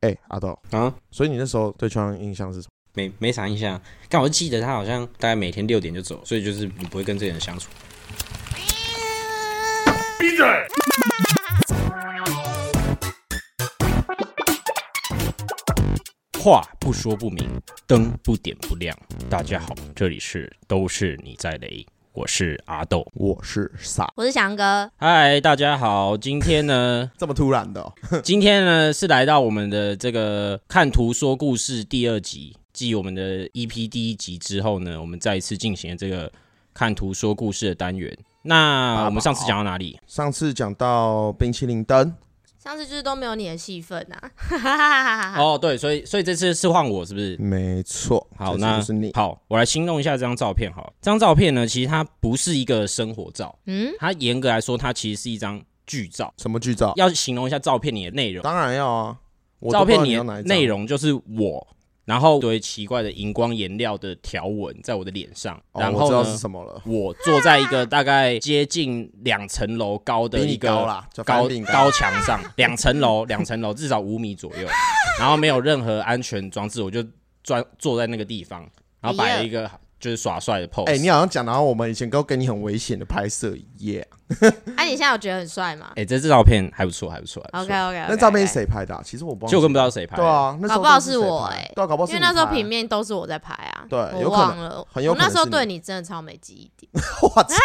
哎、阿豆，啊，所以你那时候对球场印象是什么？没没啥印象。但我记得他好像大概每天六点就走，所以就是你不会跟这个人相处。话不说不明，灯不点不亮。大家好，这里是都是你在雷，我是阿豆。我是傻，我是翔哥，嗨，大家好，今天呢， 这么突然的、哦，今天呢是来到我们的这个看图说故事第二集，继我们的 EP 第一集之后呢，我们再一次进行了这个看图说故事的单元。那我们上次讲到哪里？上次讲到冰淇淋灯，上次就是都没有你的戏份 啊，哈哈哈哈哈。哦，对，所以所以这次是换我是不是？没错，好，这次那就是你，好，我来形容一下这张照片。好了，这张照片呢，其实它不是一个生活照，嗯，它严格来说，它其实是一张剧照。什么剧照？要形容一下照片里的内容，当然要啊，我都照不知道片你里要哪的一张内容就是我，然后对奇怪的荧光颜料的条纹在我的脸上，哦然我后知道呢是，什么了，我坐在一个大概接近两层楼高的比一你个高啊啦，叫高翻饼高墙上， 两层楼，两层楼至少五米左右，然后没有任何安全装置，我就专坐在那个地方，然后摆了一个就是耍帅的 pose。哎、你好像讲到我们以前都给你很危险的拍摄一样。哎、你现在有觉得很帅吗哎、这张照片还不错，还不错。还不？OK 错 OK，那照片是？谁拍的、啊？其实我不，就我根本不知道谁拍的。对啊，那时候搞不好到底是是谁我拍的哎对啊，搞不好因是为你那时候拍啊平面都是我在拍啊，对我有可能忘了，很有我那可能时候是对你你真的超没记忆 点，哇操！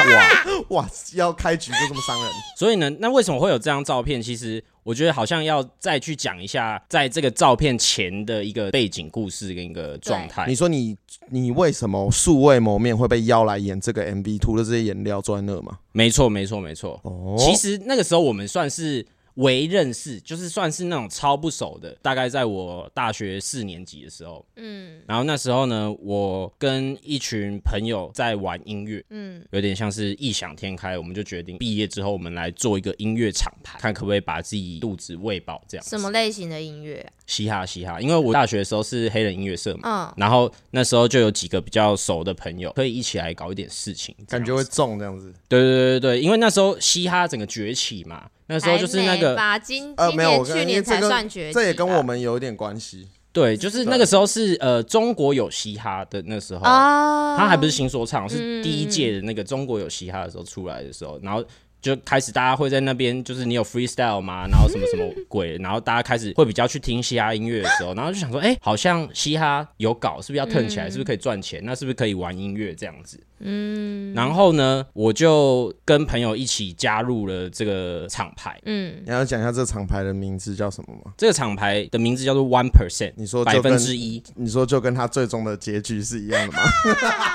哇哇，要开局就这么伤人，所以呢，那为什么会有这张照片？其实我觉得好像要再去讲一下，在这个照片前的一个背景故事跟一个状态你。说你你为什么素未谋面会被邀来演这个 MV？涂的这些颜料坐在那吗？没错，没错，没错。哦其实那个时候我们算是微认识，就是算是那种超不熟的。大概在我大学四年级的时候，嗯然后那时候呢，我跟一群朋友在玩音乐，嗯，有点像是异想天开，我们就决定毕业之后我们来做一个音乐厂牌，看可不可以把自己肚子喂饱这样子。什么类型的音乐嘻哈嘻哈，因为我大学的时候是黑人音乐社嘛，嗯啊？然后那时候就有几个比较熟的朋友，可以一起来搞一点事情，这感样觉会中这样子。对对对对，因为那时候嘻哈整个崛起嘛，那嗯，时候就是那还没个吧，今呃今没有年我跟去因为年这才个算崛起吧，这也跟我们有一点关系。对，就是那个时候是呃中国有嘻哈的那时候，啊，他还不是新说唱，嗯是第一届的那个中国有嘻哈的时候出来的时候，然后。就开始大家会在那边，就是你有 freestyle 嘛，然后什么什么嗯鬼，然后大家开始会比较去听嘻哈音乐的时候，然后就想说，哎、好像嘻哈有搞，是不是要 turn 起来？是嗯不是可以赚钱？那是不是可以玩音乐这样子？嗯。然后呢，我就跟朋友一起加入了这个厂牌，嗯，你要讲一下这厂牌的名字叫什么吗？这个厂牌的名字叫做 One Percent，你说百就跟分之一，你说就跟他最终的结局是一样 的吗？这个等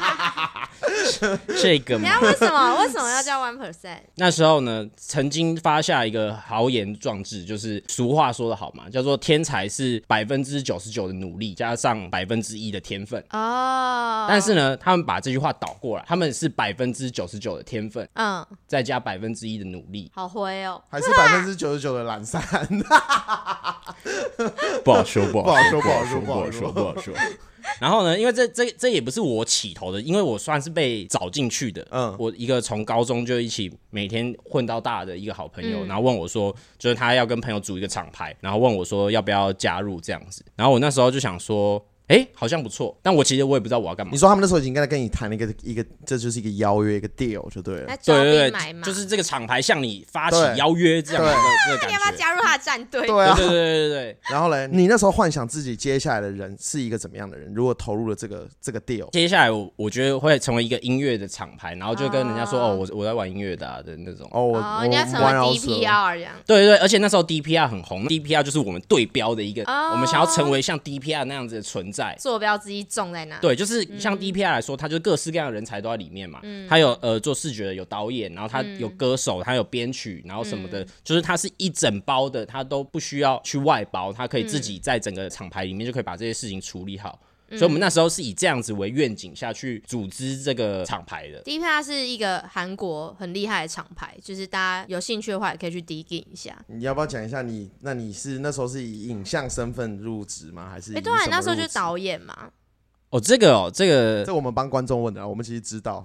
嘛 一。下为什么为什么要叫 one percent？那时候呢，曾经发下一个豪言壮志，就是俗话说得好嘛，叫做天才是百分之九十九的努力加上百分之一的天分。 哦，但是呢，他们把这句话倒过来，他们是百分之九十九的天分，嗯，。再加百分之一的努力好灰哦，还是百分之九十九的懒散？不好说，不不好说，不好说，不好 说。不好说。然后呢，因为这这这也不是我起头的，因为我算是被找进去的。嗯嗯，我一个从高中就一起每天混到大的一个好朋友，嗯然后问我说，就是他要跟朋友组一个厂牌，然后问我说要不要加入这样子。然后我那时候就想说，哎，好像不错，但我其实我也不知道我要干嘛你。说他们那时候已经在跟你谈了一个一个，这就是一个邀约，一个 deal 就对了那。招对对对兵买，马，就是这个厂牌向你发起对邀约这样的对这个那感你要不要觉。加入他的战队？对对啊，对对对对对。然后嘞，你那时候幻想自己接下来的人是一个怎么样的人？如果投入了这个这个 deal，接下来我我觉得会成为一个音乐的厂牌，然后就跟人家说、啊哦哦，我我在玩音乐的、啊、的那种。哦，我哦，我你要成为弯腰折 DPR 哦这样。对对，而且那时候 DPR 很红，DPR 就是我们对标的一个，哦嗯我们想要成为像 DPR 那样子的存在。坐标之一重在哪？，对，就是像 DPR 来说，它就是各式各样的人才都在里面嘛。它有呃做视觉的，有导演，然后它有歌手，它有编曲，然后什么的，就是它是一整包的，它都不需要去外包，它可以自己在整个厂牌里面就可以把这些事情处理好。所以我们那时候是以这样子为愿景下去组织这个厂牌的。 DPR 是一个韩国很厉害的厂牌，就是大家有兴趣的话也可以去 digging 一下。你要不要讲一下你？那你是那时候是以影像身份入职吗？还是？哎、对啊，你那时候就。导演嘛，哦，这个哦，这个 这我们帮观众问的啊，我们其实知道。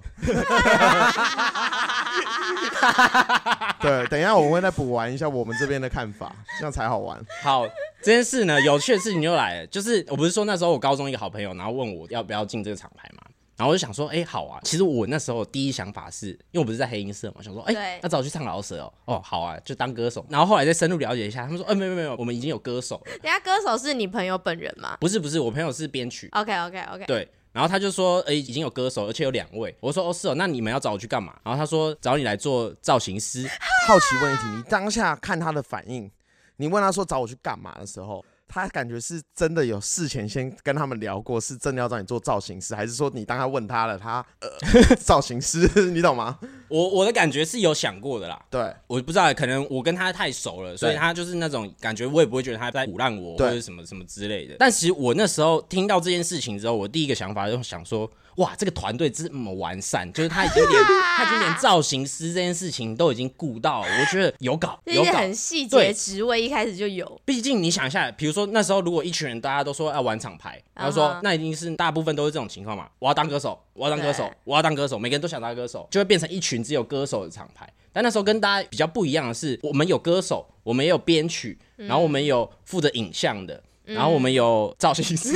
对，等一下我会再补完一下我们这边的看法，这样才好玩。好，这件事呢，有趣的事情就来了，就是我不是说那时候我高中一个好朋友，然后问我要不要进这个厂牌嘛，然后我就想说，哎、好啊。其实我那时候第一想法是，因为我不是在黑音社嘛，想说，哎、对那找我去唱老舍哦，哦，好啊，就当歌手。然后后来再深入了解一下，他们说，哎、没有没有没有，我们已经有歌手了，人家歌手是你朋友本人吗不是不是，我朋友是编曲， ？OK OK OK，对。然后他就说，哎、已经有歌手，而且有两位。我说，哦，是哦，那你们要找我去干嘛？然后他说，找你来做造型师。好奇问一题，你当下看他的反应，你问他说找我去干嘛的时候，他感觉是真的有事前先跟他们聊过，是真的要找你做造型师，还是说你当他问他了，他呃造型师， 你懂吗？我我的感觉是有想过的啦，对，我不知道，可能我跟他太熟了，所以他就是那种感觉，我也不会觉得他在鼓浪我或对者什么什么之类的。但其实我那时候听到这件事情之后，我第一个想法就想说，哇，这个团队这么完善，就是他已经 连他已经连造型师这件事情都已经顾到了，我觉得有搞这有些搞。很细节对职位一开始就有，毕竟你想一下，比如说那时候如果一群人大家都说要玩厂牌，然后说、啊哈那一定是大部分都是这种情况嘛，我要当歌手，我要当歌手对，我要当歌手，每个人都想当歌手，就会变成一群只有歌手的厂牌。但那时候跟大家比较不一样的是，我们有歌手，我们也有编曲，嗯然后我们有负责影像的，然后我们有造型 师。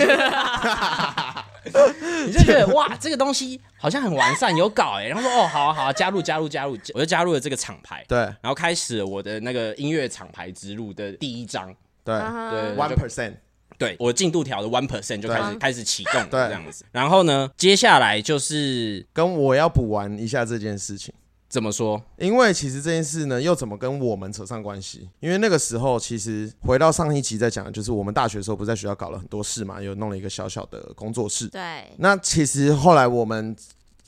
你就觉得哇，这个东西好像很完善，有搞哎、然后说哦，好啊好啊，加入加入加入，我就加入了这个厂牌，对，然后开始了我的那个音乐厂牌之路的第一章。对啊嗯对，one percent，对我进度条的 one percent 就开始对开始启动了对这样子。然后呢，接下来就是跟我要补完一下这件事情。怎么说？因为其实这件事呢，又怎么跟我们扯上关系？因为那个时候，其实回到上一集在讲的，就是我们大学的时候不是在学校搞了很多事嘛，有弄了一个小小的工作室。对，那其实后来我们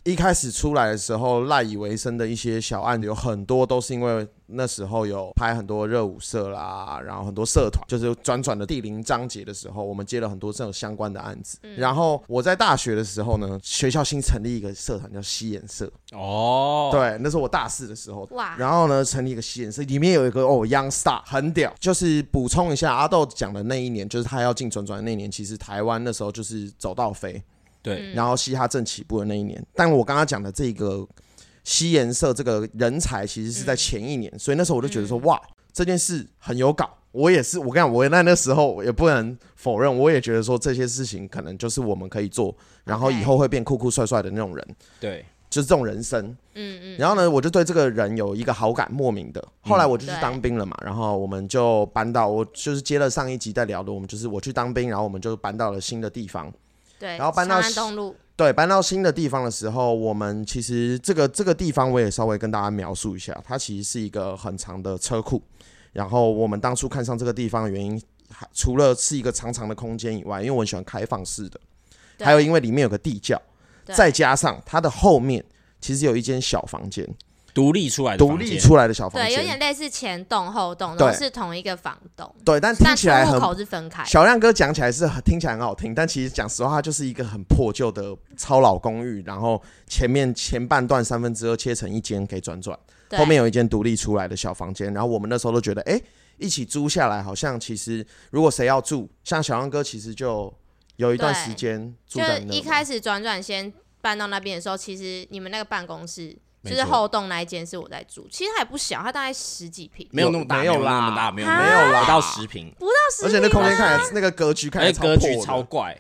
一开始出来的时候，赖以为生的一些小案，有很多都是因为那时候有拍很多热舞社啦，然后很多社团，就是转转的第零章节的时候，我们接了很多这种相关的案子。然后我在大学的时候呢，学校新成立一个社团叫西颜社，哦，对，那是我大四的时候。哇，然后呢，成立一个实验室，里面有一个哦，Young Star 很屌。就是补充一下，阿豆讲的那一年，就是他要进转转的那一年，其实台湾那时候就是走到飞，对然后嘻哈正起步的那一年。但我刚刚讲的这个西颜社这个人才，其实是在前一年，所以那时候我就觉得说，哇，这件事很有搞。我也是，我跟你讲，我在那时候我也不能否认，我也觉得说这些事情可能就是我们可以做，然后以后会变酷酷帅帅的那种人，对，就是这种人生。嗯嗯，然后呢，我就对这个人有一个好感，莫名的。后来我就去对当兵了嘛，然后我们就搬到我就是接了上一集在聊的，我们就是我去当兵，然后我们就搬到了新的地方。对，然后搬到长安东路，对，搬到新的地方的时候，我们其实这个这个地方我也稍微跟大家描述一下，它其实是一个很长的车库。然后我们当初看上这个地方的原因，还除了是一个长长的空间以外，因为我很喜欢开放式的，对还有因为里面有个地窖，对再加上它的后面其实有一间小房间，独立出来的独房间，立出来的小房对，有间点。类似前栋后栋，对都是同一个房东，对，但听但起出来入很口是分开，小亮哥讲起来是很听起来很好听，但其实讲实话，它就是一个很破旧的超老公寓，然后前面前半段三分之二切成一间给转转，对后面有一间独立出来的小房间，然后我们那时候都觉得，哎、一起租下来好像其实如果谁要住，像小亮哥其实就有一段对时间住就在是那，一开始转转先搬到那边的时候，其实你们那个办公室没就错是后栋那一间是我在住，其实还不小，它大概十几平，没有那么大，没没有有那么啦大，没有那没么有大啦不到十平，而且那空间看起来那个格局看起而来超且格局破的超怪，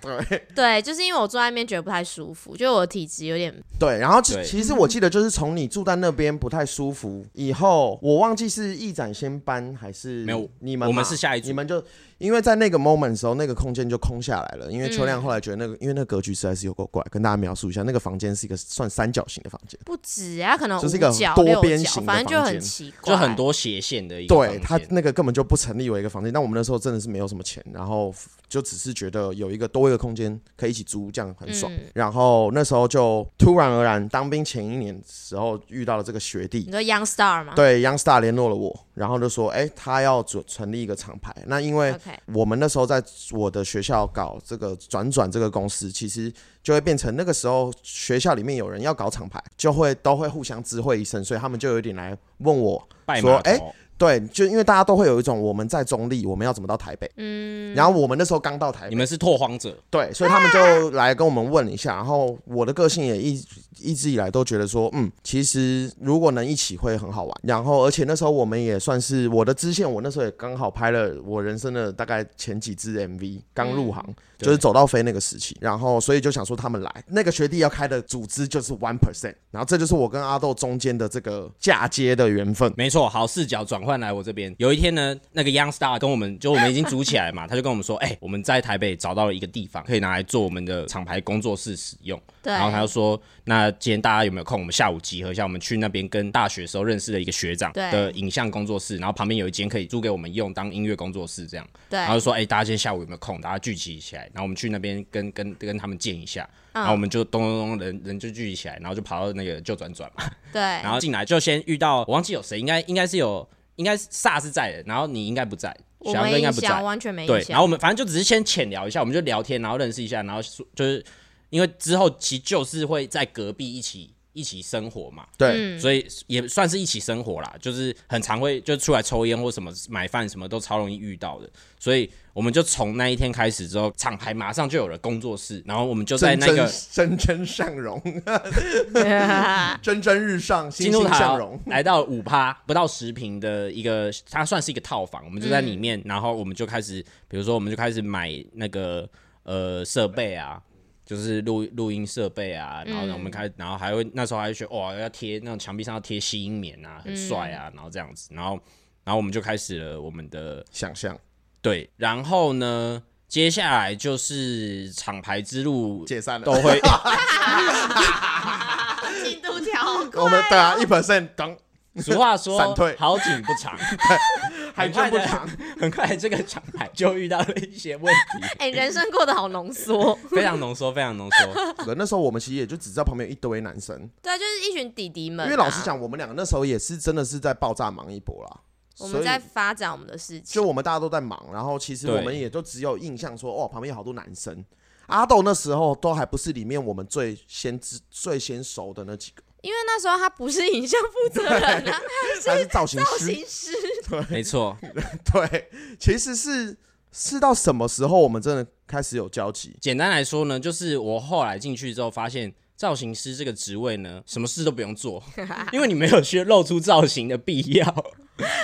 对，就是因为我坐在那边觉得不太舒服，就是我的体质有点对，然后其对其实我记得就是从你住在那边不太舒服以后，我忘记是义展先搬还是没有你们嘛我们是下一组你们就因为在那个 moment 的时候，那个空间就空下来了，因为秋嗯亮后来觉得那个、因为那个格局实在是有够怪，跟大家描述一下，那个房间是一个算三角形的房间，不止啊，可能就是一五个角多六边角形，的反正就房很间奇怪，就很多斜线的一个对房它间。那个根本就不成立为一个房间，但我们那时候真的是没有什么钱，然后就只是觉得有一个多一个空间可以一起租，这样很爽。嗯然后那时候就突然而然，当兵前一年的时候遇到了这个学弟你，说 Young Star 吗？对，Young Star 联络了我，然后就说，哎、他要准成立一个厂牌。那因为 OK，我们那时候在我的学校搞这个转转这个公司，其实就会变成那个时候学校里面有人要搞厂牌，就会都会互相知会一声，所以他们就有点来问我拜说码哎头对，就因为大家都会有一种我们在中立，我们要怎么到台北？嗯，然后我们那时候刚到台你北，们是拓荒者，对，所以他们就来跟我们问了一下。然后我的个性也一一直以来都觉得说，嗯，其实如果能一起会很好玩。然后而且那时候我们也算是我的支线，我那时候也刚好拍了我人生的大概前几支 MV，刚入行、嗯嗯对就是走到飞那个时期。然后所以就想说他们来，那个学弟要开的组织就是 One Percent，然后这就是我跟阿豆中间的这个嫁接的缘分。没错。好，视角转换来我这边。有一天呢，那个 Young Star 跟我们就我们已经组起来嘛，他就跟我们说，哎、我们在台北找到了一个地方，可以拿来做我们的厂牌工作室使用。对，然后他就说：“那今天大家有没有空？我们下午集合一下，我们去那边跟大学时候认识的一个学长对的影像工作室，然后旁边有一间可以租给我们用当音乐工作室这样。”对，然后就说：“哎、大家今天下午有没有空？大家聚集起来，然后我们去那边跟跟跟他们见一下。”嗯然后我们就咚咚咚人人就聚集起来，然后就跑到那个就转转嘛，对，然后进来就先遇到我忘记有谁，应该应该是有应该是萨是在的，然后你应该不在，我小杨没哥应该印不在象，，完全没对印，象。然后我们反正就只是先浅聊一下，我们就聊天，然后认识一下，然后说就是因为之后其实就是会在隔壁一起一起生活嘛，对，嗯，所以也算是一起生活啦，就是很常会就出来抽烟或什么买饭什么都超容易遇到的，所以我们就从那一天开始之后，厂牌马上就有了工作室，然后我们就在蒸那蒸个蒸蒸上荣，蒸蒸日上，进欣入欣塔向荣。来到五趴不到十平的一个，它算是一个套房，我们就在里面，然后我们就开始，比如说我们就开始买那个呃设备啊。就是录录音设备啊，然后呢我们开，然后还会那时候还会学哇，要贴那种墙壁上要贴吸音棉啊，很帅啊，然后这样子，然后然后我们就开始了我们的想象对，然后呢，接下来就是厂牌之路解散都了，会 进度条好快哦我们对啊，一 percent 当俗话说 闪退好景不 长，还真不长，很快这个厂牌就遇到了一些问题，哎、人生过得好浓缩。非常浓缩，非常浓缩。对那时候我们其实也就只知道旁边有一堆男生，对啊，就是一群弟弟们、啊因为老实，讲，我们两个那时候也是真的是在爆炸忙一波啦。我所们以在发展我们的事情就。我们大家都在忙，然后其实对我们也都只有印象说，哦，旁边有好多男生。阿豆那时候都还不是里面我们最先知、最先熟的那几个，因为那时候他不是影像负责人 啊，他是造型造师。型师。没错， 对，其实是是到什么时候我们真的开始有交集？简单来说呢，就是我后来进去之后发现。造型师这个职位呢，什么事都不用 做，因为你没有需要露出造型的必要，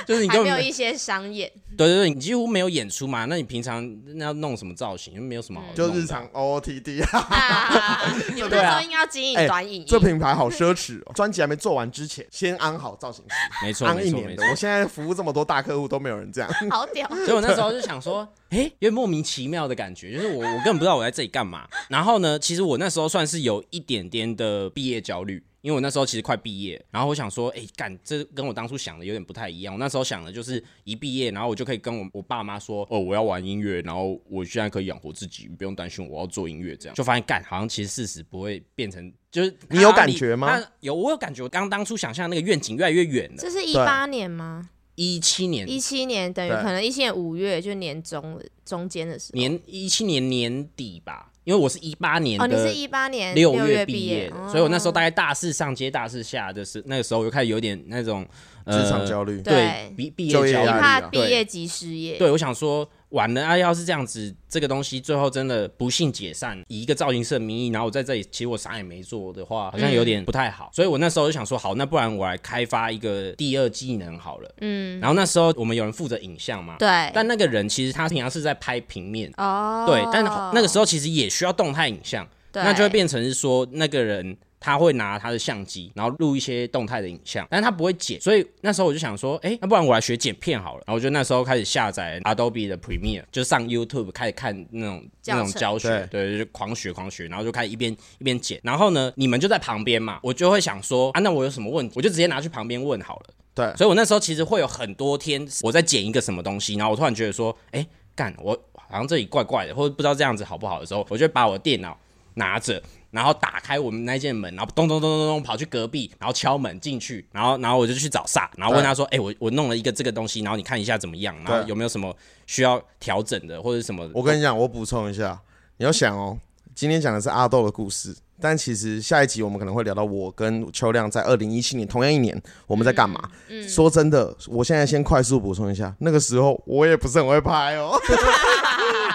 就是你还根没本有没一些商 演，对对对，你几乎没有演出嘛，那你平常那要弄什么造型，就没有什么好弄就的日常 OOTD 啊，啊、你们对那时啊候应该要经哎营短影 音，这品牌好奢侈哦！专辑还没做完之前，先安好造型师，没错安没一错年没的错。。我现在服务这么多大客户都没有人这样，好 屌。所以我那时候就想说，哎、有点莫名其妙的感觉，就是我我根本不知道我在这里干嘛。然后呢，其实我那时候算是有一点点的毕业焦虑，因为我那时候其实快毕业，然后我想说，哎、干，这跟我当初想的有点不太一样。我那时候想的就是一毕业，然后我就可以跟我我爸妈说，哦，我要玩音乐，然后我现在可以养活自己，不用担心我要做音乐这样。就发现干，好像其实事实不会变成。就是你有感觉吗？它有，我有感觉。我刚当初想象那个愿景越来越远了。这是一八年吗？一七年一七年等于对可能一七年五月就年中了中间的时候。年一七年年底吧，因为我是一八年哦，你是的一八年六月毕业哦的，的，所以我那时候大大概大四上街大四下的是那个时候，我就开始有点那种呃职场焦虑。对对毕毕业就业焦压哦你力虑。啊怕毕业即失业，对，我想说完了啊，要是这样子，这个东西最后真的不幸解散，以一个造型师的名义，然后我在这里其实我啥也没做的话，嗯好像有点不太好，所以我那时候就想说，好，那不然我来开发一个第二技能好了。嗯，然后那时候我们有人负责影像嘛，对，但那个人其实他平常是在拍平面，哦，对，但那个时候候其实也需要动态影像，那就会变成是说那个人。他会拿他的相机，然后录一些动态的影像，但是他不会剪，所以那时候我就想说，哎，那不然我来学剪片好了。然后我就那时候开始下载嗯 Adobe 的 Premiere，就上 YouTube 开始看那种那种教程教学，对，就狂学狂学，然后就开始一边一边剪。然后呢，你们就在旁边嘛，我就会想说，啊，那我有什么问题，我就直接拿去旁边问好了。对，所以我那时候其实会有很多天我在剪一个什么东西，然后我突然觉得说，哎、干，我好像这里怪怪的，或者不知道这样子好不好的时候，我就把我的电脑拿着。然后打开我们那间门，然后咚咚咚咚咚跑去隔壁，然后敲门进去，然后然后我就去找萨，然后问他说：“哎、我我弄了一个这个东西，然后你看一下怎么样？然后对有没有什么需要调整的或者什么？”我跟你讲，我补充一下，你要想哦，今天讲的是阿豆的故事，但其实下一集我们可能会聊到我跟秋亮在二零一七年同样一年我们在干嘛。嗯，说真的，我现在先快速补充一下，那个时候我也不是很会拍 哦。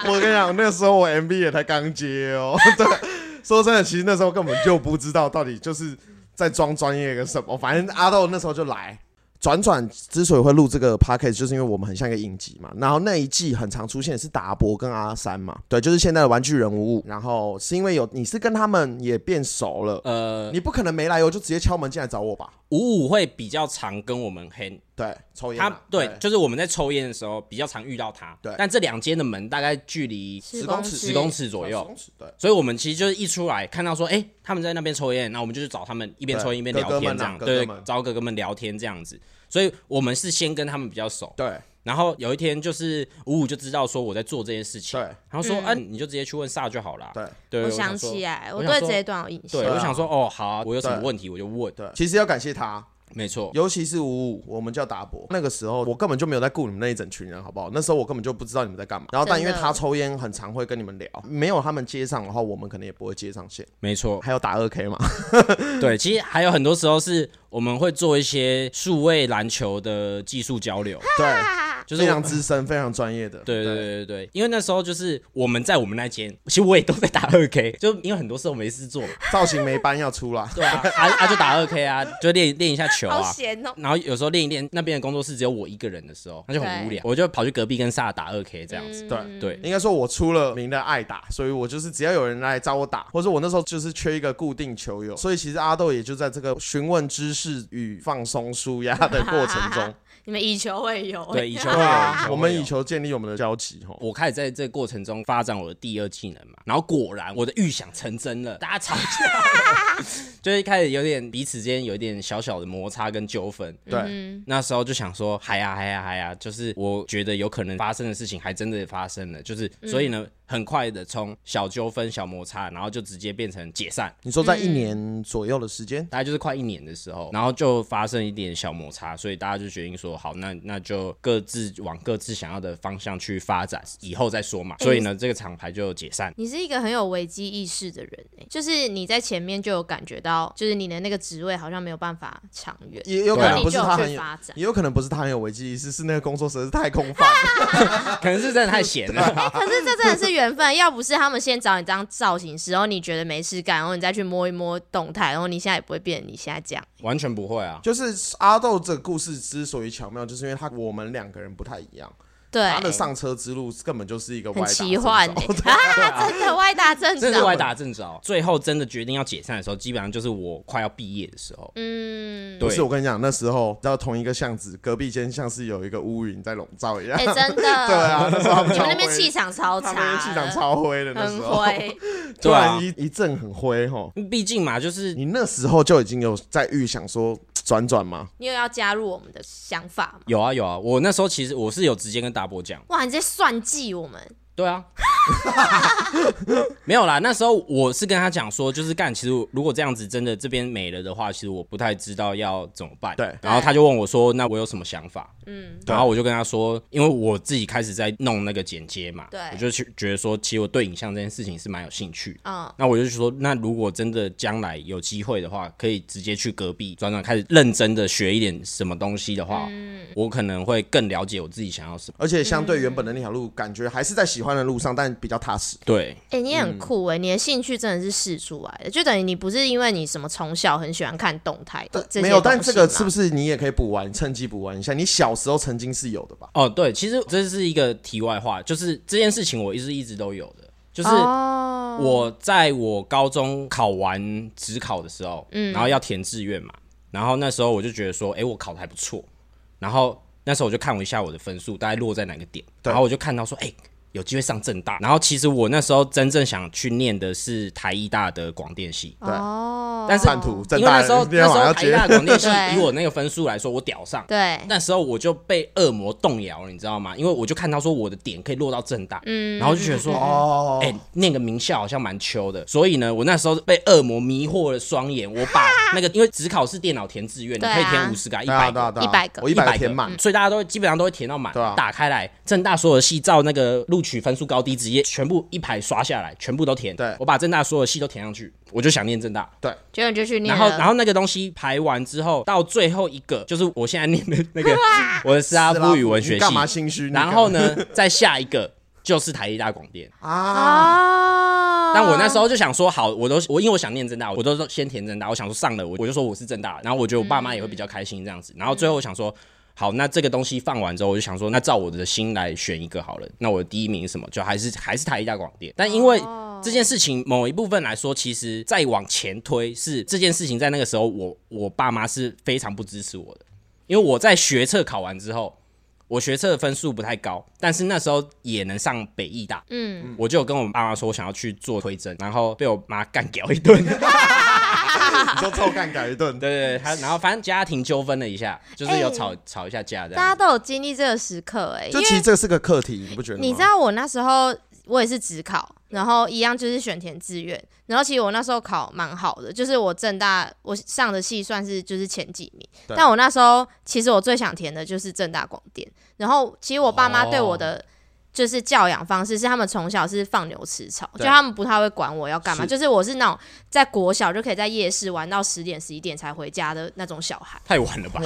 我跟你讲，那个时候我 MV 也才刚接哦。 对，说真的，其实那时候根本就不知道到底就是在装专业跟什么。反正阿豆那时候就来。转转之所以会录这个 p o d c a s t 就是因为我们很像一个影集嘛。然后那一季很常出现的是达博跟阿三嘛，对，就是现在的玩具人物。然后是因为有你是跟他们也变熟了，呃，你不可能没来由就直接敲门进来找我吧？五五会比较常跟我们 hang，对，抽烟啊他嘛、对，就是我们在抽烟的时候比较常遇到他。对但这两间的门大概距离十十公公尺十公尺左右，，对，所以我们其实就是一出来看到说，哎、他们在那边抽烟，那我们就去找他们一边对抽烟一边哥聊哥天们这啊样，哥哥对们，找哥哥们聊天这样子。所以我们是先跟他们比较熟，对然后有一天就是五五就知道说我在做这件事情，对然后说，嗯、啊，你就直接去问萨就好了。对对，我我想说起。来，我我想对说这一段有印象对， 对。啊我想说，哦，好啊，我有什么对问题我就问，对，其实要感谢他，没错，尤其是五五，我们叫达博。那个时候我根本就没有在顾你们那一整群人，好不好？那时候我根本就不知道你们在干嘛。然后，但因为真的他抽烟，很常会跟你们聊。没有他们接上的话，我们可能也不会接上线。没错，还有打二 K 嘛？对，其实还有很多时候是我们会做一些数位篮球的技术交流，对，就是非我常资深、非常专业的。对对对对对，因为那时候就是我们在我们那间，其实我也都在打二 K，就 因为很多时候没事做嘛，造型没班要出来。对啊，啊啊就打二 K 啊，就练练一下球好啊。闲哦，然后有时候练一练，那边的工作室只有我一个人的时候，那就很无聊，我就跑去隔壁跟萨打二 K 这样嗯子。对对应该说，我出了名的爱打，所以我就是只要有人来找我打，或者我那时候就是缺一个固定球友，所以其实阿豆也就在这个询问知识与放松舒压的过程 中，你们以球会友，对，以 球对啊，会我有们以。球建立我们的交集吼。我开始在这个过程中发展我的第二技能嘛，然后果然我的预想成真了，大家吵架了 就是一开始有点彼此间有一点小小的摩擦跟纠纷，对，嗯那时候就想说，嗨呀嗨呀嗨呀，就是我觉得有可能发生的事情，还真的发生了，就是、嗯所以呢，很快的从小纠纷、小摩擦，然后就直接变成解散，你说在嗯一年左右的时间，大概就是快一年的时候，然后就发生一点小摩擦，所以大家就决定说，好，那那就各自往各自想要的方向去发展，以后再说嘛。哎所以呢，这个厂牌就解散。你是一个很有危机意识的人、欸，就是你在前面就有感觉到，就是你的那个职位好像没有办法长远，也有可对啊能不是他然后很你就有去有发，展也有可能不是他很有危机意识，是那个工作实在是太空泛了。可能是真的太闲了，啊可是这真的是缘分，要不是他们先找你当造型师，然后你觉得没事干，然后你再去摸一摸动态，然后你现在也不会变成你现在这样。完全不会啊。就是阿豆这个故事之所以巧妙，就是因为他我们两个人不太一样，对，他的上车之路根本就是一个歪很打奇幻、正着欸，啊，真的歪打正真的是着。歪打正着。最后真的决定要解散的时候，基本上就是我快要毕业的时候。嗯，不对是，我跟你讲，那时候到同一个巷子，隔壁间像是有一个乌云在笼罩一样。哎、真的，对啊，那时候他们你超们灰那边气场超他差们那边的，气场超灰的，那时很候灰，突对啊然一一阵很灰吼。毕竟嘛，就是你那时候就已经有在预想说转转吗？你有要加入我们的想法吗？有啊有啊，我那时候其实我是有直接跟达波讲，哇，你在算计我们，对啊， 没有啦，那时候我是跟他讲说，就是干，其实如果这样子真的这边没了的话，其实我不太知道要怎么办。对然后他就问我说，那我有什么想法？嗯，然后我就跟他说，因为我自己开始在弄那个剪接嘛，对我就去觉得说，其实我对影像这件事情是蛮有兴趣的。嗯，那我就说，那如果真的将来有机会的话，可以直接去隔壁转转，开始认真的学一点什么东西的话，嗯我可能会更了解我自己想要什么。而且相对原本的那条路，感觉还是在喜欢的路上，但比较踏实。对，哎、你也很嗯酷哎、你的兴趣真的是试出来的，就等于你不是因为你什么从小很喜欢看动态的哦这些没有，但这个是不是？是你也可以补完，趁机补完一下？你小时候曾经是有的吧？哦，对，其实这是一个题外话，就是这件事情我一直一直都有的，就是哦，我在我高中考完职考的时候，嗯然后要填志愿嘛，然后那时候我就觉得说，哎，我考的还不错，然后那时候我就看了一下我的分数大概落在哪个点，对然后我就看到说，哎。有机会上正大，然后其实我那时候真正想去念的是台医大的广电系，对哦，但是叛徒，正因为大那时候今那天晚时上候要台医接大的广电系 对以我那个分数来说，我屌上，对，那时候我就被恶魔动摇了，你知道吗？因为我就看到说我的点可以落到正大，嗯然后就觉得 说，哦，哦哎、，念个名校好像蛮秋的，所以呢，我那时候被恶魔迷惑了双眼，我 把那个因为只考是电脑填志愿，你对啊可以填五十个、一对啊百对啊个。对啊100个我一100百个填满，所以大家都基本上都会填到满，对啊打开来，正大所有的系照那个录录取分数高低直接全部一排刷下来，全部都填。对我把正大所有系都填上去，我就想念正大。结果你就去念然了。后，然后那个东西排完之后，到最后一个就是我现在念的 那个我的斯拉夫语文你学系干。嘛心虚？然后？呢，再下一个就是台艺大广电。啊，啊，但我那时候就想说，好，我都我因为我想念正大，我都说先填正大，我想说上了我我就说我是正大，然后我觉得我爸妈也会比较开心这样子，然后最后我想说。好，那这个东西放完之后，我就想说，那照我的心来选一个好了。那我的第一名是什么？就还是 还是台艺大广电。但因为这件事情某一部分来说，其实再往前推是这件事情在那个时候我，我爸妈是非常不支持我的，因为我在学测考完之后，我学测的分数不太高，但是那时候也能上北艺大，嗯，我就有跟我爸妈说我想要去做推甄，然后被我妈干掉一 顿。对你就臭干改一顿。对对，他然后反正家庭纠纷了一下，就是有哎吵、吵一下架这大家样。都有经历这个时刻哎、欸，就因其实为这是个课题，你不觉得吗？你知道我那时候我也是只考，然后一样就是选填志愿，然后其实我那时候考蛮好的，就是我正大我上的系算是就是前几名，对但我那时候其实我最想填的就是正大广电，然后其实我爸妈对我哦的。就是教养方式是他们从小是放牛吃草，就对他们不太会管我要干嘛。是就是我是那种在国小就可以在夜市玩到十点十一点才回家的那种小孩。太晚了吧？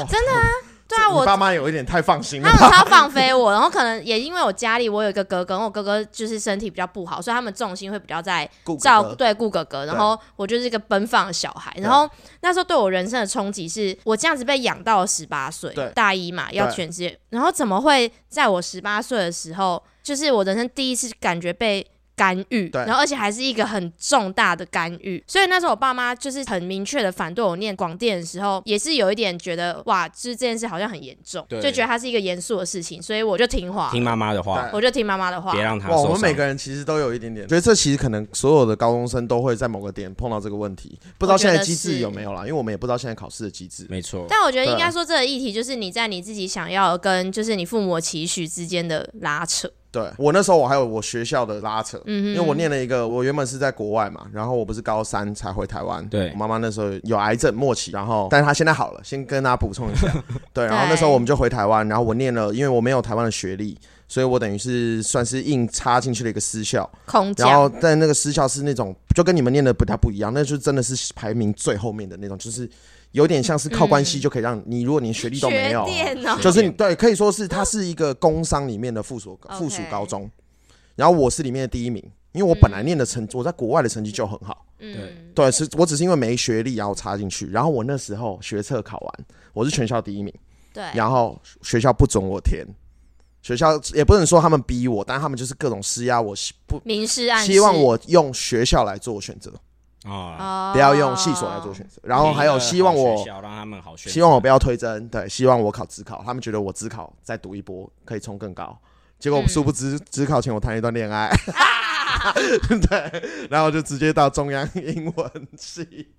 对啊，我你爸妈有一点太放心了他吧。们超放飞我，然后可能也因为我家里我有一个哥哥，我哥哥就是身体比较不好，所以他们重心会比较在 顾哥照哥对顾哥哥。然后我就是一个奔放的小孩，然后那时候对我人生的冲击是我这样子被养到了十八岁对，大一嘛要对选职业，然后怎么会在我十八岁的时候，就是我人生第一次感觉被。干预，对然后而且还是一个很重大的干预，所以那时候我爸妈就是很明确的反对我念广电的时候，也是有一点觉得哇，就是这件事好像很严重，对就觉得它是一个严肃的事情，所以我就听话，听妈妈的话，对我就听妈妈的话别。让他哇，受我伤。们每个人其实都有一点点，觉得这其实可能所有的高中生都会在某个点碰到这个问题，不知道现在机制有没有啦，因为我们也不知道现在考试的机制。没错，但我觉得应该说这个议题就是你在你自己想要跟就是你父母的期许之间的拉扯。对我那时候我还有我学校的拉扯，嗯哼，因为我念了一个，我原本是在国外嘛，然后我不是高三才回台湾，对我妈妈那时候有癌症末期，然后但是她现在好了，先跟大家补充一下，对，然后那时候我们就回台湾，然后我念了，因为我没有台湾的学历，所以我等于是算是硬插进去了一个私校，空然降后但那个私校是那种就跟你们念的不太不一样，那就真的是排名最后面的那种，就是有点像是靠关系就可以让你，如果你学历都没有，啊学电哦就是你对，可以说是它是一个工商里面的附属 OK 附属高中，然后我是里面的第一名，因为我本来念的成我在国外的成绩就很好，嗯，对，是我只是因为没学历然后插进去，然后我那时候学测考完，我是全校第一名，对，然后学校不准我填，学校也不能说他们逼我，但他们就是各种施压我，不明示暗示，希望我用学校来做选择，啊，哦不要用系所来做选择，然后还有希望给一个好我学校让他们好学，希望我不要推甄，对，希望我考职考，他们觉得我职考再读一波可以冲更高。结果嗯殊不知，职考前我谈了一段恋爱，啊 对，然后就直接到中央英文系。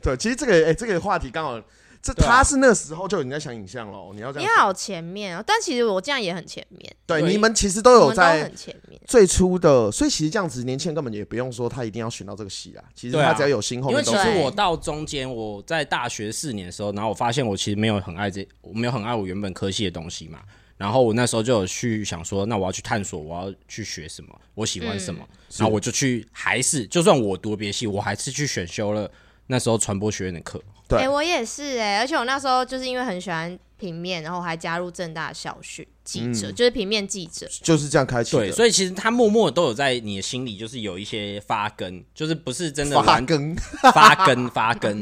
对，其实这个哎、这个话题刚好，这、对啊他是那时候就已经在想影像喽。你要这你样想，好前面哦，但其实我这样也很前面，对，对你们其实都我有们都在很前面。最初的，所以其实这样子，年轻人根本也不用说他一定要选到这个系啊，其实对啊他只要有心后因为面都其是实对我到中间，我在大学四年的时候，然后我发现我其实没有很爱这，我没有很爱我原本科系的东西嘛。然后我那时候就有去想说，那我要去探索，我要去学什么，我喜欢什么。嗯然后我就去，还是就算我读别系，我还是去选修了那时候传播学院的课。对哎、我也是哎、而且我那时候就是因为很喜欢平面，然后还加入正大校训记者，嗯就是平面记者。就是这样开启对，的。所以其实他默默都有在你的心里，就是有一些发根，就是不是真的发完根，发 根发根，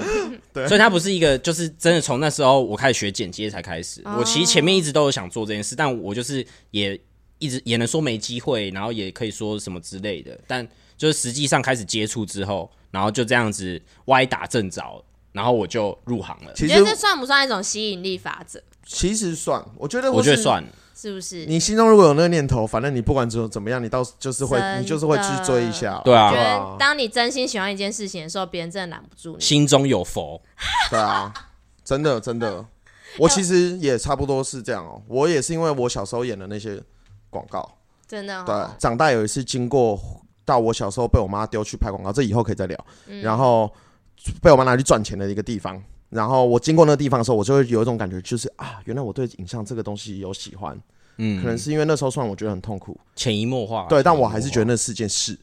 所以它不是一个，就是真的从那时候我开始学剪接才开始。哦我其实前面一直都有想做这件事，但我就是也一直也能说没机会，然后也可以说什么之类的，但就是实际上开始接触之后，然后就这样子歪打正着，然后我就入行了。其你觉实得这算不算一种吸引力法则？其实算，我觉得我觉得是算了，是不是？你心中如果有那个念头，反正你不管怎怎么样，你到就是会真，的你就是会去追一下。哦对啊觉得当你真心喜欢一件事情的时候，别人真的拦不住你。心中有佛，对啊，真的真的，我其实也差不多是这样哦、我也是因为我小时候演的那些广告，真的、对哦，，长大有一次经过到我小时候被我妈丢去拍广告，这以后可以再聊。然后被我妈拿去赚钱的一个地方，然后我经过那个地方的时候，我就会有一种感觉，就是啊，原来我对影像这个东西有喜欢，嗯，可能是因为那时候虽然我觉得很痛苦，潜移默化。对，但我还是觉得那是件事。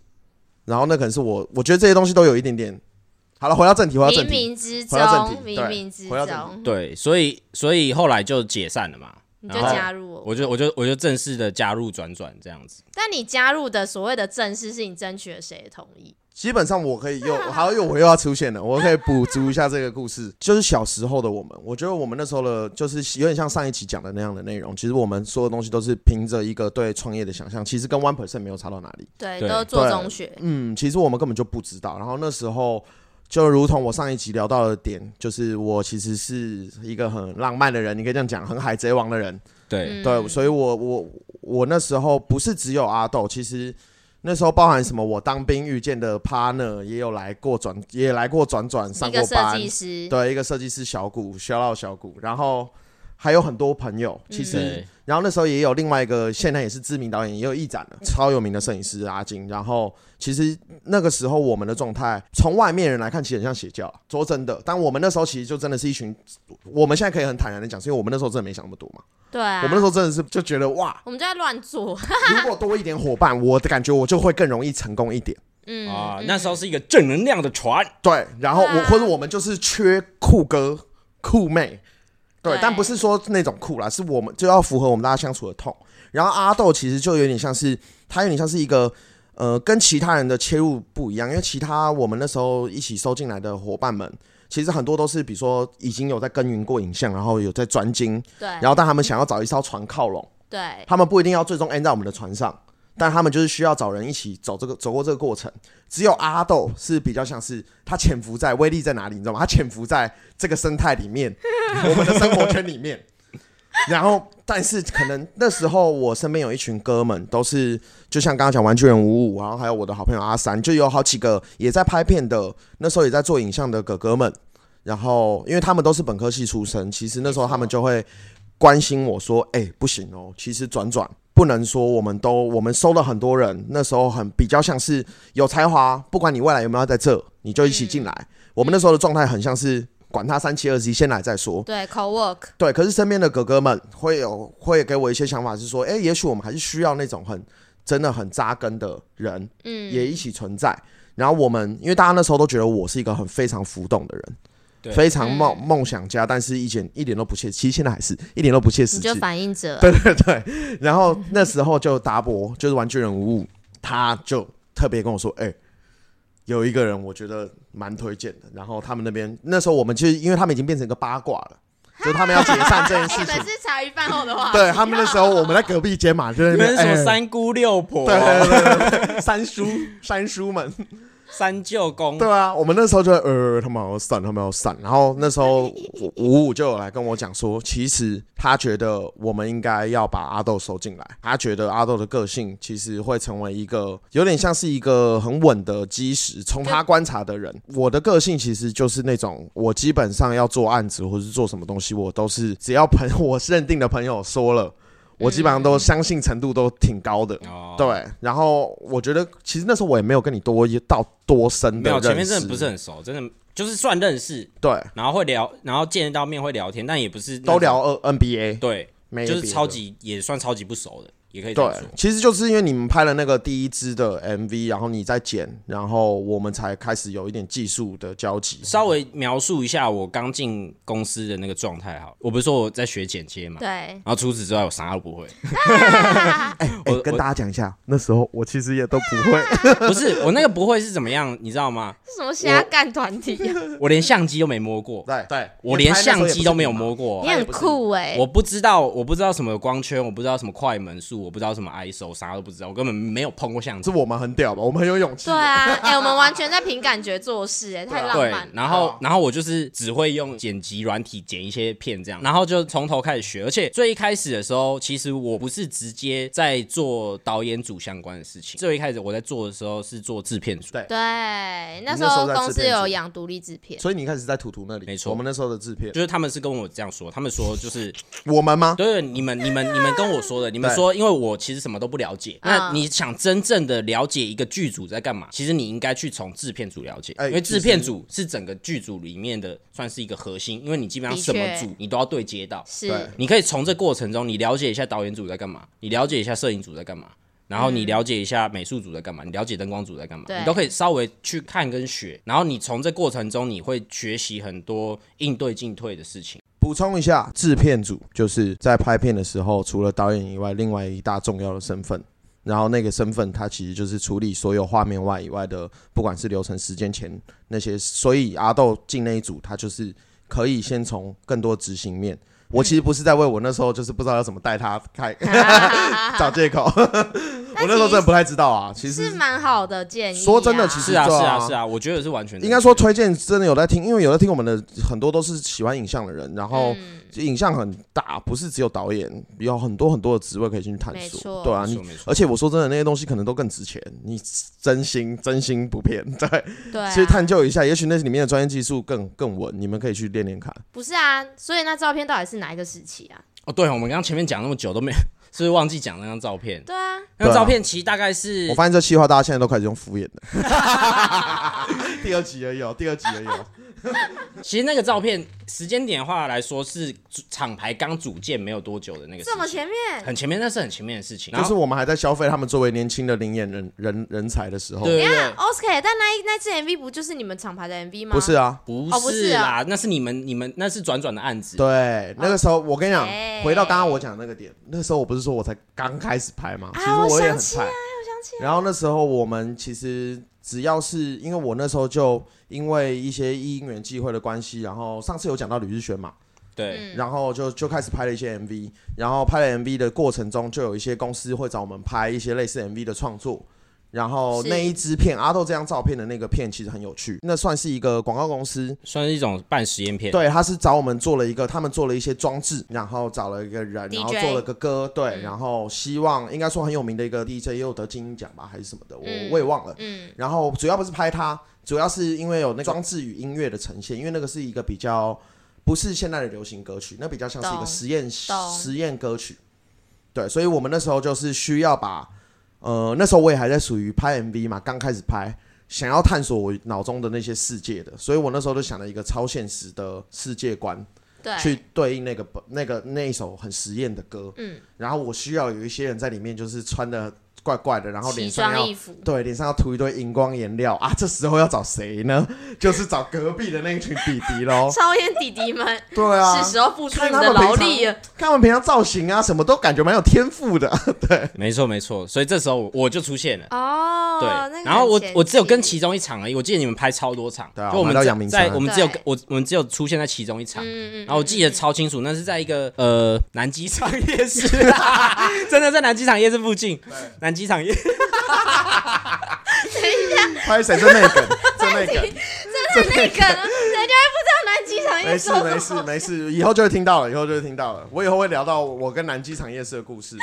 然后那可能是我，我觉得这些东西都有一点点。好了，回到正题，回到正冥题，冥之中回到正，题冥冥之对回到正中，对，所以所以后来就解散了嘛。你就然后加入我。我就我就我就正式的加入转转这样子。但你加入的所谓的正式，是你争取了谁的同意？基本上我可以又 好，又我又要出现了，我可以补足一下这个故事。就是小时候的我们，我觉得我们那时候的，就是有点像上一期讲的那样的内容。其实我们所有东西都是凭着一个对创业的想象，其实跟 One Percent 没有差到哪里。对，对都做对中学，嗯，其实我们根本就不知道。然后那时候就如同我上一集聊到的点，就是我其实是一个很浪漫的人，你可以这样讲，很海贼王的人。嗯对，对，所以我我我那时候不是只有阿豆，其实那时候包含什么？我当兵遇见的 partner 也有来过转，也来过转转上一过个设班计，师，对，一个设计师小谷，小到小谷，然后还有很多朋友，其实。对，然后那时候也有另外一个，现在也是知名导演，也有艺展的嗯超有名的摄影师阿金。然后其实那个时候我们的状态，从外面人来看，其实很像邪教啊。说真的，但我们那时候其实就真的是一群，我们现在可以很坦然的讲，是因为我们那时候真的没想那么多嘛。对啊，我们那时候真的是就觉得 哇，我们就在乱做，如果多一点伙伴，我的感觉我就会更容易成功一点。嗯啊，嗯那时候是一个正能量的船。对，然后我啊或者我们就是缺酷哥、酷妹，对，对但不是说那种酷啦，是我们就要符合我们大家相处的痛。然后阿豆其实就有点像是，他有点像是一个呃，跟其他人的切入不一样，因为其他我们那时候一起收进来的伙伴们，其实很多都是比如说已经有在耕耘过影像，然后有在专精，对然后但他们想要找一艘船靠拢，对他们不一定要最终 end 在我们的船上，但他们就是需要找人一起走这个走过这个过程。只有阿豆是比较像是他潜伏在威力在哪里，你知道吗？他潜伏在这个生态里面，我们的生活圈里面。然后，但是可能那时候我身边有一群哥们，都是就像刚刚讲玩具人五五，然后还有我的好朋友阿三，就有好几个也在拍片的，那时候也在做影像的哥哥们。然后，因为他们都是本科系出身，其实那时候他们就会关心我说：“哎、不行哦，其实转转不能说我们都我们收了很多人，那时候很比较像是有才华，不管你未来有没有在这，你就一起进来。我们那时候的状态很像是管他三七二十一，先来再说。对，co work，对，可是身边的哥哥们会有会给我一些想法，是说，哎、也许我们还是需要那种很真的很扎根的人，嗯，也一起存在。然后我们，因为大家那时候都觉得我是一个很非常浮动的对人，非常梦嗯梦想家，但是一点一点都不切，其实现在还是一点都不切实你际就。反应者，对对对。然后那时候就达博， 就是玩具人无误，他就特别跟我说：“哎、有一个人我觉得蛮推荐的。”然后他们那边那时候我们就是因为他们已经变成一个八卦了，就是他们要解散这件哎事你情们。是茶余饭后的 话，对他们那时候我们在隔壁街嘛，就在你那们边是什么哎三姑六婆、对对对对 对，三叔三叔们，三舅公？对啊，我们那时候就呃，他们要散，他们要散。然后那时候我五五就有来跟我讲说，其实他觉得我们应该要把阿豆收进来。他觉得阿豆的个性其实会成为一个有点像是一个很稳的基石。从他观察的人，我的个性其实就是那种我基本上要做案子或是做什么东西，我都是只要朋我认定的朋友说了，我基本上都相信程度都挺高的。嗯哦，对，然后我觉得其实那时候我也没有跟你多到多深没的有认识，前面真的不是很熟，真的就是算认识，对，然后会聊，然后见到面会聊天，但也不是那种都聊二 NBA，对，没就是别的超级也算超级不熟的，也可以这对么说。，其实就是因为你们拍了那个第一支的 MV，然后你再剪，然后我们才开始有一点技术的交 集。稍微描述一下我刚进公司的那个状态好了，我不是说我在学剪接嘛，对，然后除此之外我啥都不会，哎、我跟我大家讲一下，那时候我其实也都不会， 不是我那个不会是怎么样，你知道吗？是什么瞎干团体 啊？我连相机都没摸过，对对，我连相机都没有摸过你也很不是酷哎，我不知道，我不知道什么光圈，我不知道什么快门数，我不知道什么 ISO，啥都不知道，我根本没有碰过相是机。我们很屌吧？我们很有勇气。对啊，哎，我们完全在凭感觉做事，哎，太浪对漫，了。然后哦然后我就是只会用剪辑软体剪一些片这样，然后就从头开始学。而且最一开始的时候，其实我不是直接在做导演组相关的事情，最一开始我在做的时候是做制片组。对对，那那时时候候在公制司片有组养独立制片，所以你一开始在图图那里，没错我们那时候的制片，就是他们是跟我这样说，他们说就是我们吗？ 对，你们你们你们跟我说的，你们说因为为我其实什么都不了解。嗯那你想真正的了解一个剧组在干嘛，其实你应该去从制片组了解，哎因为制片组是整个剧组里面的算是一个核心，因为你基本上什么的确组你都要对接到。对是你可以从这过程中，你了解一下导演组在干嘛，你了解一下摄影组在干嘛，然后你了解一下美术组在干嘛，你了解灯光组在干嘛，嗯对你都可以稍微去看跟学。然后你从这过程中，你会学习很多应对进退的事情。补充一下，制片组就是在拍片的时候，除了导演以外，另外一大重要的身份。然后那个身份，它其实就是处理所有画面外以外的，不管是流程、时间前那些。所以阿豆进那一组，他就是可以先从更多执行面。我其实不是在为我那时候就是不知道要怎么带他开 找借口， 我那时候真的不太知道啊。其实是蛮好的建议啊。说真的其实是啊，是对啊啊，是啊，我觉得是完全应该说推荐真的有在听，因为有在听我们的很多都是喜欢影像的人，然后嗯影像很大，不是只有导演，有很多很多的职位可以进去探没索。错对啊，没你错没错而且我说真的，那些东西可能都更值钱。你真心真心不骗， 对，对啊，其实探究一下，也许那里面的专业技术更更稳，你们可以去练练看。不是啊，所以那照片到底是哪一个时期啊？哦，对，我们刚刚前面讲那么久都没有，是不是忘记讲那张照片？对啊，那张照片其实大概是我发现这计划大家现在都开始用敷衍的， 第二集而已哦，第二集而已哦。其实那个照片时间点的话来说，是主厂牌刚组建没有多久的那个事这么情，前面。哎很前面，那是很前面的事情。就是 然后我们还在消费他们作为年轻的灵眼人人人才的时候，对对对， Oscar，但那一那支 MV 不就是你们厂牌的 MV 吗？不是啊，不哦不是是啦，啊那是你们你们那是转转的案子。对，那个时候我跟你讲，哎回到刚刚我讲那个点，那时候我不是说我才刚开始拍嘛，其实啊，也很想起菜来，。我想起来，然后那时候我们其实只要是因为我那时候就因为一些因缘际会的关系，然后上次有讲到吕日轩嘛，对，嗯然后就就开始拍了一些 MV，然后拍了 MV 的过程中，就有一些公司会找我们拍一些类似 MV 的创作。然后是那一支片阿豆这张照片的那个片其实很有趣，那算是一个广告公司，算是一种半实验片。对，他是找我们做了一个，他们做了一些装置，然后找了一个人，然后 DJ 做了个歌，对，嗯然后希望应该说很有名的一个 DJ 也有得金鹰奖吧，还是什么的，我嗯我也忘了。嗯，然后主要不是拍他，主要是因为有那个装置与音乐的呈现，因为那个是一个比较不是现代的流行歌曲，那比较像是一个懂实验懂实验歌曲。对，所以我们那时候就是需要把，呃，那时候我也还在属于拍 MV 嘛，刚开始拍，想要探索我脑中的那些世界的，所以我那时候就想了一个超现实的世界观，对，去对应那个那个那一首很实验的歌。嗯，然后我需要有一些人在里面就是穿的怪怪的，然后脸奇上装要异服，。对，脸上要涂一堆荧光颜料啊，这时候要找谁呢？ 就是找隔壁的那一群弟弟喽 超烟弟弟们哦 对啊是，时候付出看你他们们的劳平常力了。看他们平常造型啊，什么都感觉蛮有天赋 的。没错没错，所以这时候我就出现了。哦，对那个，然后我很前我只有跟期其中一场而已，我记得你们拍超多场，对啊就我我们们到只阳明在山我们只有对我我们只有出现在其中一场，嗯嗯嗯然后我记得超清楚，那是在一个呃南机场夜市，啊 真的在南机场夜市附近，南机场夜拍谁真那 个，真那个，真的那个，人家还不知道南机场没夜事 说什么。没事没事，以后就会听到了，以后就会听到了。我以后会聊到我跟南机场夜市的故事。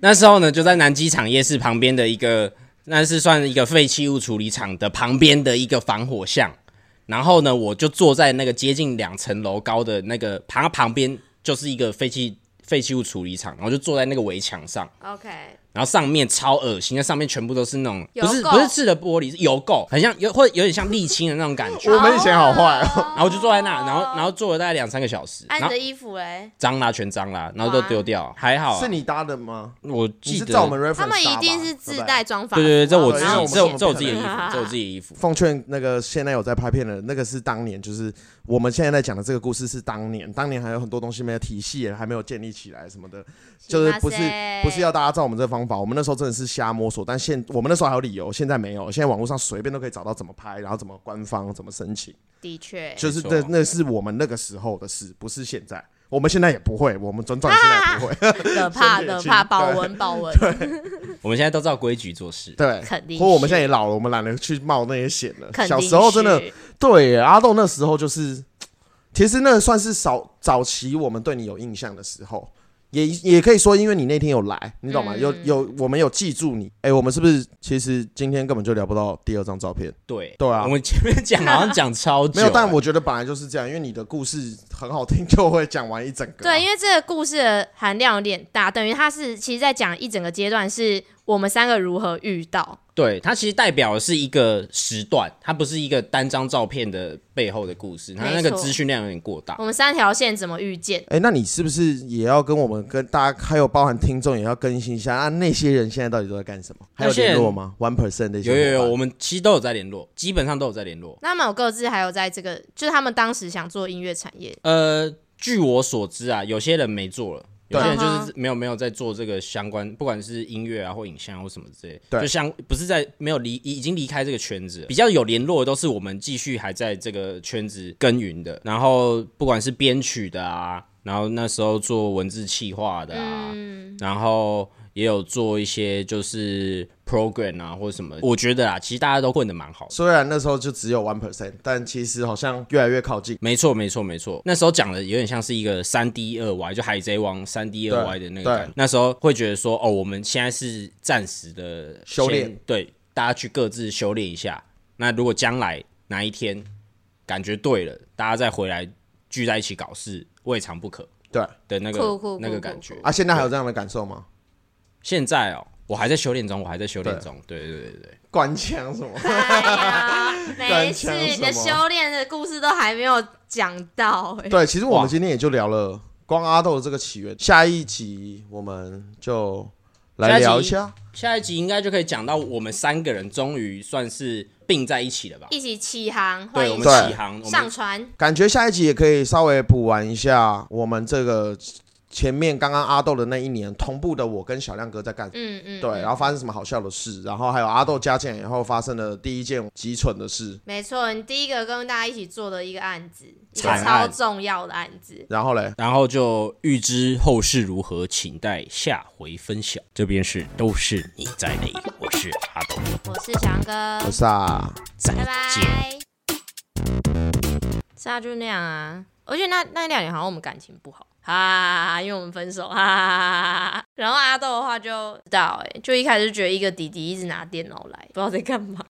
那时候呢，就在南机场夜市旁边的一个，那是算一个废弃物处理厂的旁边的一个防火巷。然后呢，我就坐在那个接近两层楼高的那个旁旁边，就是一个废弃废弃物处理厂，然后就坐在那个围墙上， OK，然后上面超恶心，那上面全部都是那种油不是垢不是刺的玻璃，是油垢，很像有或者有点像沥青的那种感觉。我们以前好坏哦，然后我就坐在那，然后然后坐了大概两三个小时，按然啊你后的衣服嘞，脏啦全脏啦，然后都丢掉，还好、是啊。你搭的吗？我你记是得照我们 reference 他们一搭吧定是自带。装法服啊。对对对，这我对自因为我们己，这是我这我不可自己的衣能服，这我自己的衣服对不对。奉劝那个现在有在拍片的，那个是当年，就是我们现在在讲的这个故事是当年，当年还有很多东西没有体系，还没有建立起来什么的。就是不是行吧不是要大家照我们这方法，我们那时候真的是瞎摸索，但现我们那时候还有理由，现在没有，现在网络上随便都可以找到怎么拍，然后怎么官方怎么申请，的 确就是没那错那是我们那个时候的事，不是现在。我们现在也不会，我们转转现在也 不会，可怕真的的已经怕，保温保温，我们现在都照规矩做事。对。肯定是。或我们现在也老了，我们懒得去冒那些险了。肯定小时候真的是对耶阿豆那时候就是，其实那算是少早期我们对你有印象的时候，也也可以说，因为你那天有来，你懂吗？嗯有有，我们有记住你。哎、我们是不是其实今天根本就聊不到第二张照片？对对啊我们前面讲好像讲超久，没有，但我觉得本来就是这样，因为你的故事很好听， 就会讲完一整个啊、对，因为这个故事的含量有点大，等于它是其实在讲一整个阶段，是我们三个如何遇到。对它其实代表的是一个时段，它不是一个单张照片的背后的故事，它那没个错资讯量有点过大我。们三条线怎么遇见？哎、那你是不是也要跟我们、跟大家，还有包含听众，也要更新一下啊？那些人现在到底都在干什么？还有那些人联络吗？One percent 那些有有伙有，伴我们其实都有在联络，基本上都有在联络。那他们有各自还有在这个，就是他们当时想做音乐产业，呃，据我所知啊，有些人没做了。有对些人就嗯是没有没有在做这个相关，不管是音乐啊或影像或什么之类，对就像不是在没有离已已经离开这个圈子了，比较有联络的都是我们继续还在这个圈子耕耘的，然后不管是编曲的啊，然后那时候做文字企划的啊，嗯然后也有做一些就是 program 啊或者什么，我觉得啊，其实大家都混得蛮好的。虽然那时候就只有 one percent，但其实好像越来越靠近。没错，没错，没错。那时候讲的有点像是一个三 D 二 Y，就海贼王三 D 二 Y 的那个对感觉。那时候会觉得说，哦，我们现在是暂时的修炼先，对，大家去各自修炼一下。那如果将来哪一天感觉对了，大家再回来聚在一起搞事，未尝不可对的那个酷酷酷那个酷感酷觉。啊，现在还有这样的感受吗？现在哦，我还在修炼中，我还在修炼中。对对对对，官腔什 么？哎呀，没敢事，讲你的什么修炼的故事都还没有讲到、哎，对，其实我哇们今天也就聊了光阿豆的这个起源。下一集我们就来聊一下。下一集应该就可以讲到我们三个人终于算是并在一起了吧？一起起航，或对，一我们对起航，我们起上船，感觉下一集也可以稍微补完一下我们这个前面刚刚阿豆的那一年同步的，我跟小亮哥在干。嗯嗯，对，然后发生什么好笑的事，然后还有阿豆加进来以后发生的第一件极蠢的事，没错，你第一个跟大家一起做的一个案子，一个惨超案重要的案子。然后嘞，然后就预知后事如何，请待下回分晓。这边是都是你在内，我是阿斗，我是翔哥，我是啊，再拜见。拜。是啊，就是那样啊。而且那那两年好像我们感情不好，哈哈哈哈，因为我们分手，哈哈哈哈哈哈。然后阿豆的话就不知道、欸，哎，就一开始就觉得一个弟弟一直拿电脑来，不知道在干嘛。